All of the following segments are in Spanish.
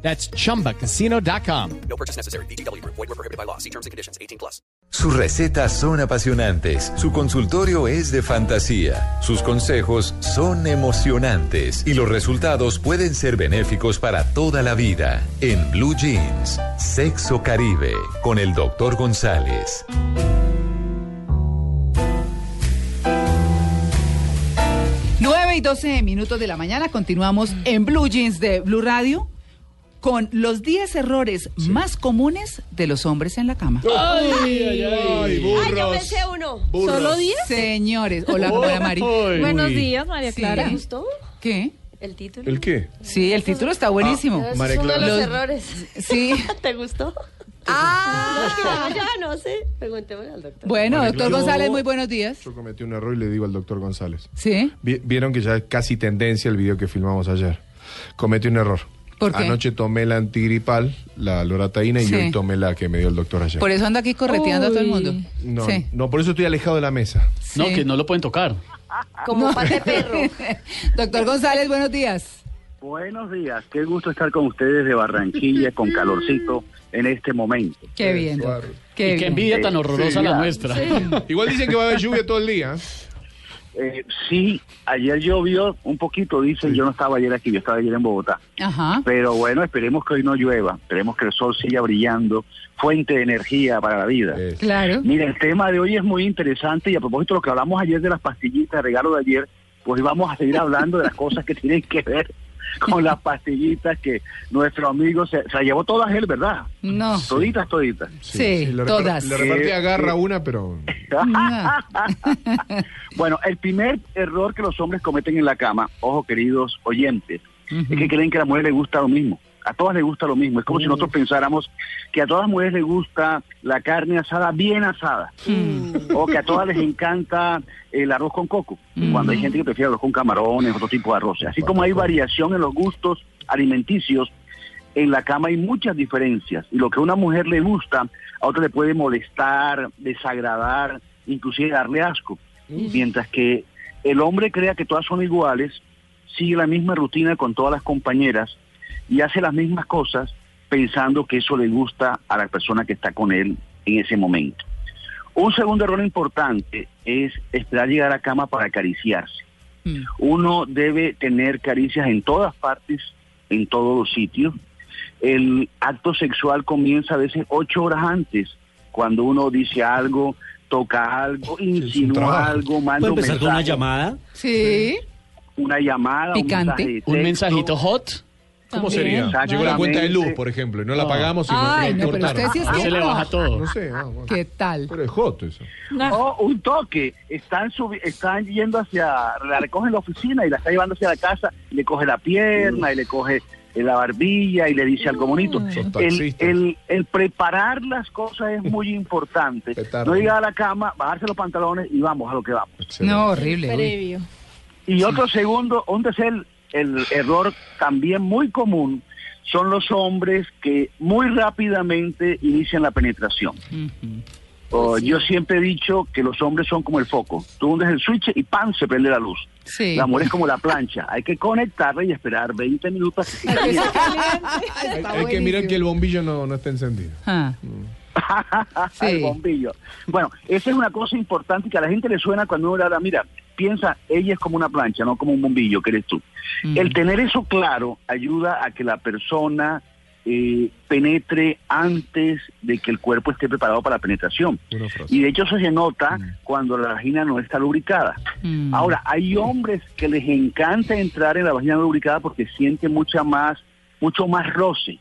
That's chumbacasino.com. No purchase necessary. BGW. Void were prohibited by law. See terms and conditions. 18 plus. Sus recetas son apasionantes, su consultorio es de fantasía, sus consejos son emocionantes y los resultados pueden ser benéficos para toda la vida. En Blue Jeans, Sexo Caribe, con el doctor González. Nueve y 12 minutos de la mañana continuamos en Blue Jeans de Blue Radio con los 10 errores más comunes de los hombres en la cama. Ay, yo pensé uno. ¿Solo 10? Señores, hola, hola Mari. Buenos días, María ¿Te Clara. gustó ¿Qué? el título? ¿El qué? Sí, el título está buenísimo. Esos María son Clara. los Los- errores. Sí. ¿Te gustó? Ah. No, ya no sé. Preguntémosle al doctor. Bueno, María doctor Clara. González, muy buenos días. Yo cometí un error y le digo al doctor González. Sí. Vi- Vieron que ya es casi tendencia el video que filmamos ayer. Cometí un error. ¿Por qué? Anoche tomé la antigripal, la loratadina, Sí. y hoy tomé la que me dio el doctor ayer. Por eso anda aquí correteando a todo el mundo. no, Sí. no, por eso estoy alejado de la mesa. No, Sí. que no lo pueden tocar. Como pate perro. Doctor González, buenos días. Buenos días, qué gusto estar con ustedes de Barranquilla, con calorcito en este momento. Qué bien. doc. suave. Qué y qué bien. envidia tan horrorosa Sí, la ya. nuestra. Igual dicen que va a haber lluvia todo el día. Eh, sí, ayer llovió un poquito, dicen, yo no estaba ayer aquí, yo estaba ayer en Bogotá. Ajá. Pero bueno, esperemos que hoy no llueva, esperemos que el sol siga brillando, fuente de energía para la vida. Eh, Claro. Mira, el tema de hoy es muy interesante y a propósito de lo que hablamos ayer de las pastillitas, regalo de ayer, pues vamos a seguir hablando de las cosas que tienen que ver con las pastillitas que nuestro amigo se, se la llevó todas él, ¿verdad? No. Toditas, toditas. Sí, le repar- todas. Le repartí agarra una, pero. No. Bueno, el primer error que los hombres cometen en la cama, ojo queridos oyentes, es que creen que a la mujer le gusta lo mismo. A todas les gusta lo mismo. Es como si nosotros pensáramos que a todas las mujeres les gusta la carne asada bien asada. O que a todas les encanta el arroz con coco. Cuando hay gente que prefiere arroz con camarones, otro tipo de arroz. Así como hay variación en los gustos alimenticios, en la cama hay muchas diferencias y lo que a una mujer le gusta, a otra le puede molestar, desagradar, inclusive darle asco. Mientras que el hombre crea que todas son iguales, sigue la misma rutina con todas las compañeras y hace las mismas cosas pensando que eso le gusta a la persona que está con él en ese momento. Un segundo error importante es esperar llegar a la cama para acariciarse. Mm. Uno debe tener caricias en todas partes, en todos los sitios. El acto sexual comienza a veces ocho horas antes, cuando uno dice algo, toca algo, insinúa trabajo. algo, manda un mensaje, una llamada, Sí. una llamada Picante. Un texto. mensajito hot. ¿Cómo También. sería? Llegó la cuenta de luz, Exactamente. por ejemplo, y no la pagamos y Ay, nos no, pero cortaron. usted sí es Ahí se le baja que... todo. No sé, ah, bueno. ¿Qué tal? Pero es joto eso. O un toque, están subi- están yendo hacia, la recoge en la oficina y la está llevando hacia la casa, y le coge la pierna y le coge eh, la barbilla y le dice algo bonito. Son El, taxistas. el, el preparar las cosas es muy importante. Petardo. No llegar a la cama, bajarse los pantalones y vamos a lo que vamos. Excelente. No, horrible. uy. Previo. Y otro segundo, donde es el, el error también muy común, son los hombres que muy rápidamente inician la penetración. Oh, Yo siempre he dicho que los hombres son como el foco. Tú hundes el switch y ¡pam! se prende la luz. Sí. La mujer es como la plancha. Hay que conectarla y esperar 20 minutos. a que se caliente. Hay, hay que mirar que el bombillo no, no está encendido. Ah. Sí. al bombillo. Bueno, esa es una cosa importante que a la gente le suena cuando uno le habla, mira, piensa, ella es como una plancha, no como un bombillo, que eres tú. El tener eso claro ayuda a que la persona eh, penetre antes de que el cuerpo esté preparado para la penetración. Una frase. Y de hecho eso se nota cuando la vagina no está lubricada. Mm. Ahora, hay hombres que les encanta entrar en la vagina lubricada porque Mm. sienten mucha más, mucho más roce.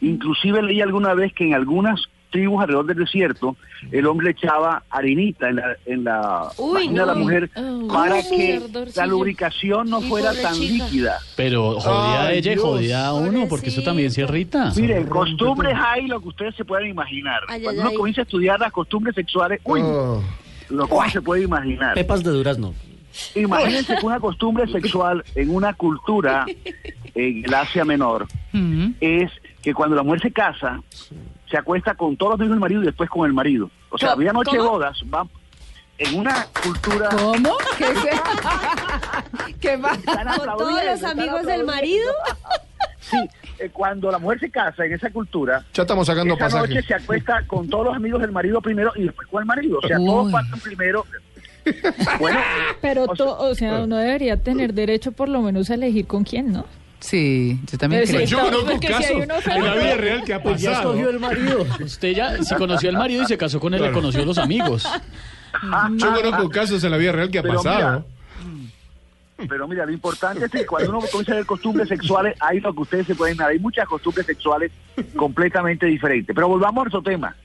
Inclusive leí alguna vez que en algunas tribus alrededor del desierto, el hombre le echaba harinita en la, en la Uy, vagina de la no. mujer Uy, para sí, que ardorcillo. la lubricación no Sí, fuera pobre tan chica. líquida. Pero jodía a Ay, ella y Dios. jodía a uno, porque eso también se irrita. Miren, costumbres hay lo que ustedes se pueden imaginar. Ay, Cuando ay, uno ay. comienza a estudiar las costumbres sexuales, uy, Oh. lo que uno se puede imaginar. Pepas de durazno. Imagínense que una costumbre sexual en una cultura en el Asia Menor Ujú. es que cuando la mujer se casa, se acuesta con todos los amigos del marido y después con el marido. O sea, ¿Cómo? había noche de ¿Cómo? bodas, va en una cultura... ¿Cómo? ¿Qué, se- ¿Qué va? Están Con todos aplaudiendo, los están amigos del aplaudiendo. marido. Sí, eh, cuando la mujer se casa en esa cultura, Ya estamos sacando esa noche pasajes. se acuesta con todos los amigos del marido primero y después con el marido. O sea, todos Uy. pasan primero. Bueno, Pero, O o sea- sea, o sea, uno debería tener derecho por lo menos a elegir con quién, ¿no? Sí, yo también Pero sí, Pues creo. yo conozco Porque si hay casos uno feo. en la vida real que ha Pues Pues ya escogió el marido. Usted ya, si conoció al marido y se casó con él, le conoció los amigos. ah, Yo conozco casos en la vida real que ha Pero pasado. Pero mira, lo importante es que cuando uno comienza a ver costumbres sexuales, hay lo que ustedes se pueden dar. Hay muchas costumbres sexuales completamente diferentes. Pero volvamos a nuestro tema.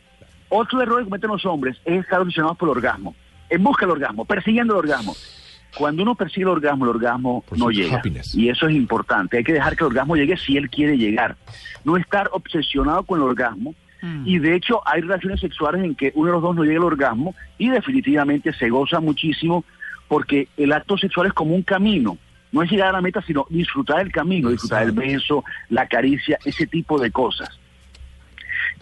Otro error que cometen los hombres es estar obsesionados por el orgasmo. En busca del orgasmo, persiguiendo el orgasmo. Cuando uno persigue el orgasmo, el orgasmo Por no su llega. happiness. Y eso es importante. Hay que dejar que el orgasmo llegue si él quiere llegar. No estar obsesionado con el orgasmo. Y de hecho hay relaciones sexuales en que uno de los dos no llega al orgasmo y definitivamente se goza muchísimo porque el acto sexual es como un camino. No es llegar a la meta, sino disfrutar del camino, disfrutar del beso, la caricia, ese tipo de cosas.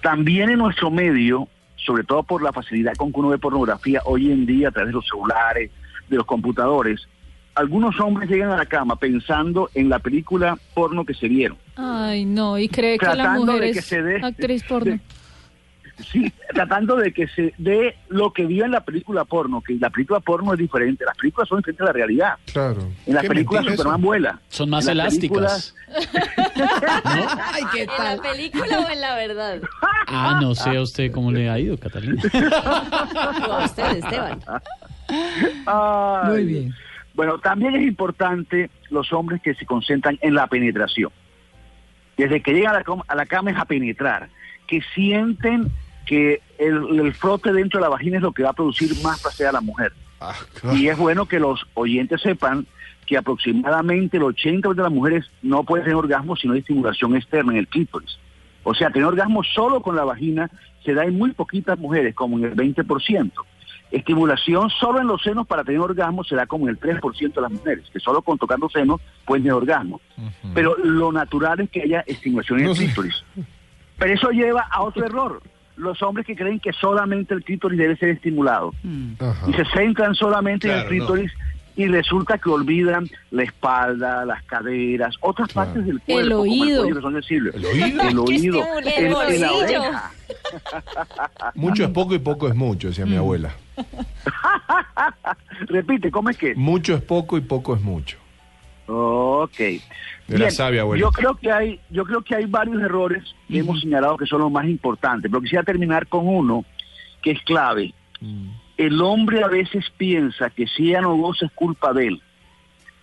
También en nuestro medio, sobre todo por la facilidad con que uno ve pornografía hoy en día a través de los celulares, de los computadores, algunos hombres llegan a la cama pensando en la película porno que se vieron. Ay, no, y cree que la Tratando mujer de que es se dé- actriz porno. de- Sí, tratando de que se dé lo que vio en la película porno, que la película porno es diferente, las películas son diferentes a la realidad. Claro. En las Qué películas mentira eso. Superman vuela. Son más En las elásticas. Ay, ¿qué ¿En la tal? película o en la verdad? Ah, no sé a usted cómo le ha ido, Catalina. Ah, O a usted, Esteban. películas- Ay. Muy bien. Bueno, también es importante los hombres que se concentran en la penetración. Desde que llegan a la, com- a la cama es a penetrar, que sienten que el, el frote dentro de la vagina es lo que va a producir más placer a la mujer. Ah, claro. Y es bueno que los oyentes sepan que aproximadamente el 80% de las mujeres no pueden tener orgasmo si no hay estimulación externa en el clítoris. O sea, tener orgasmo solo con la vagina se da en muy poquitas mujeres, como en el 20%. Estimulación solo en los senos para tener orgasmo se da como en el 3% de las mujeres, que solo con tocando senos pueden tener orgasmo. Pero lo natural es que haya estimulación en el clítoris. Pero eso lleva a otro error. Los hombres que creen que solamente el clítoris debe ser estimulado Ajá. y se centran solamente en el Claro, no. clítoris y resulta que olvidan la espalda, las caderas, otras Claro. partes del cuerpo, El como oído. cuello, que son sensibles. El oído? el oído, estímulo. el, El en la bolsillo. oreja. Mucho es poco y poco es mucho, decía mi abuela. Repite, ¿cómo es que? Mucho es poco y poco es mucho. Ok. Era sabia, abuela. yo creo que hay, yo creo que hay varios errores que hemos señalado que son los más importantes, pero quisiera terminar con uno que es clave. Mm. El hombre a veces piensa que si ella no goza es culpa de él.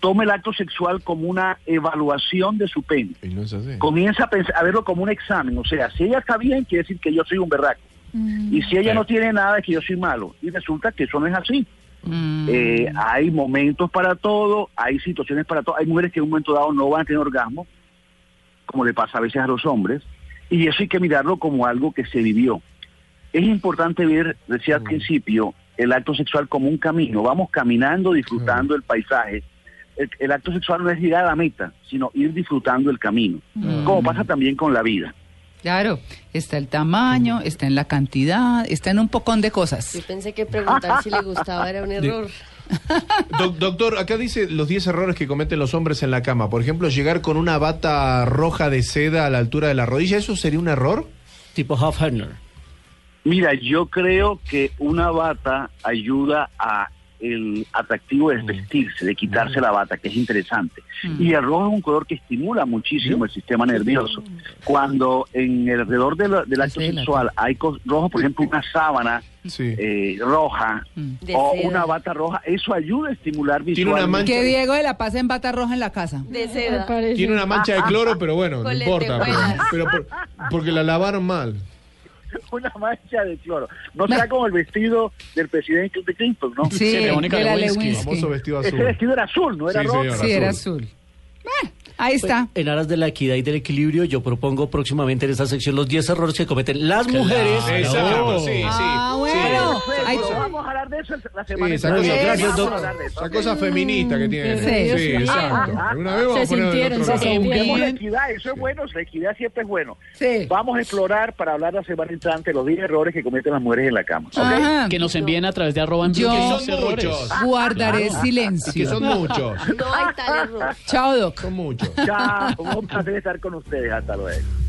Toma el acto sexual como una evaluación de su pene. Y no es así. comienza a, pensar, a verlo como un examen. O sea, si ella está bien, quiere decir que yo soy un berraco. Y si ella no tiene nada, es que yo soy malo. Y resulta que eso no es así. Eh, hay momentos para todo, hay situaciones para todo. Hay mujeres que en un momento dado no van a tener orgasmo, como le pasa a veces a los hombres. Y eso hay que mirarlo como algo que se vivió. Es importante ver, decía al principio, el acto sexual como un camino. Vamos caminando, disfrutando el paisaje. El, el acto sexual no es llegar a la meta, sino ir disfrutando el camino. Como pasa también con la vida. Claro, está el tamaño, Mm. está en la cantidad, está en un pocón de cosas. Yo pensé que preguntar si le gustaba era un error. Doc- doctor, acá dice los 10 errores que cometen los hombres en la cama. Por ejemplo, llegar con una bata roja de seda a la altura de la rodilla, ¿eso sería un error? Tipo Half Harner. Mira, yo creo que una bata ayuda a el atractivo Mm. de vestirse, de quitarse la bata, que es interesante. Y el rojo es un color que estimula muchísimo el sistema nervioso. Cuando en el alrededor de la- del acto Escena. sexual hay cos- rojo, por ejemplo, una sábana Sí. Mm. eh, roja De o seda. una bata roja, eso ayuda a estimular Tiene una visualmente. Que Diego de la pasa en bata roja en la casa. De Me seda. parece. Tiene una mancha de cloro, pero bueno, no Con importa. Pero, lentejuelas. pero por- porque la lavaron mal. una mancha de cloro. No será como el vestido del presidente de Clinton, ¿no? Sí, de Mónica de la Lewinsky. Lewinsky. Famoso vestido Ese azul. vestido era azul, no era Sí, rojo. señor. Sí, era azul. Bueno, ahí está. En aras de la equidad y del equilibrio, yo propongo próximamente en esta sección los 10 errores que cometen las mujeres. Exacto, sí, sí. Ah, bueno. Ahí- Pero vamos a hablar de eso la semana Sí, esa que cosa, viene. gracias, Vamos a doctor. hablar de eso, Esa ok. cosa feminista que tiene. Sí, Dios mío. exacto. Alguna vez vamos Se a poner del sintieron, otro se lado. sintieron. Busquemos la Bien. equidad, eso es bueno, la equidad siempre es bueno. Sí. Vamos a explorar para hablar la semana entrante los 10 errores que cometen las mujeres en la cama. ¿ok? Ajá. Que nos envíen a través de arroba en Yo- Blue Jeans Son los errores. muchos. Guardaré Que silencio. son muchos. No hay tal error. Chao, Doc. Son muchos. Chao, un placer estar con ustedes. Hasta luego.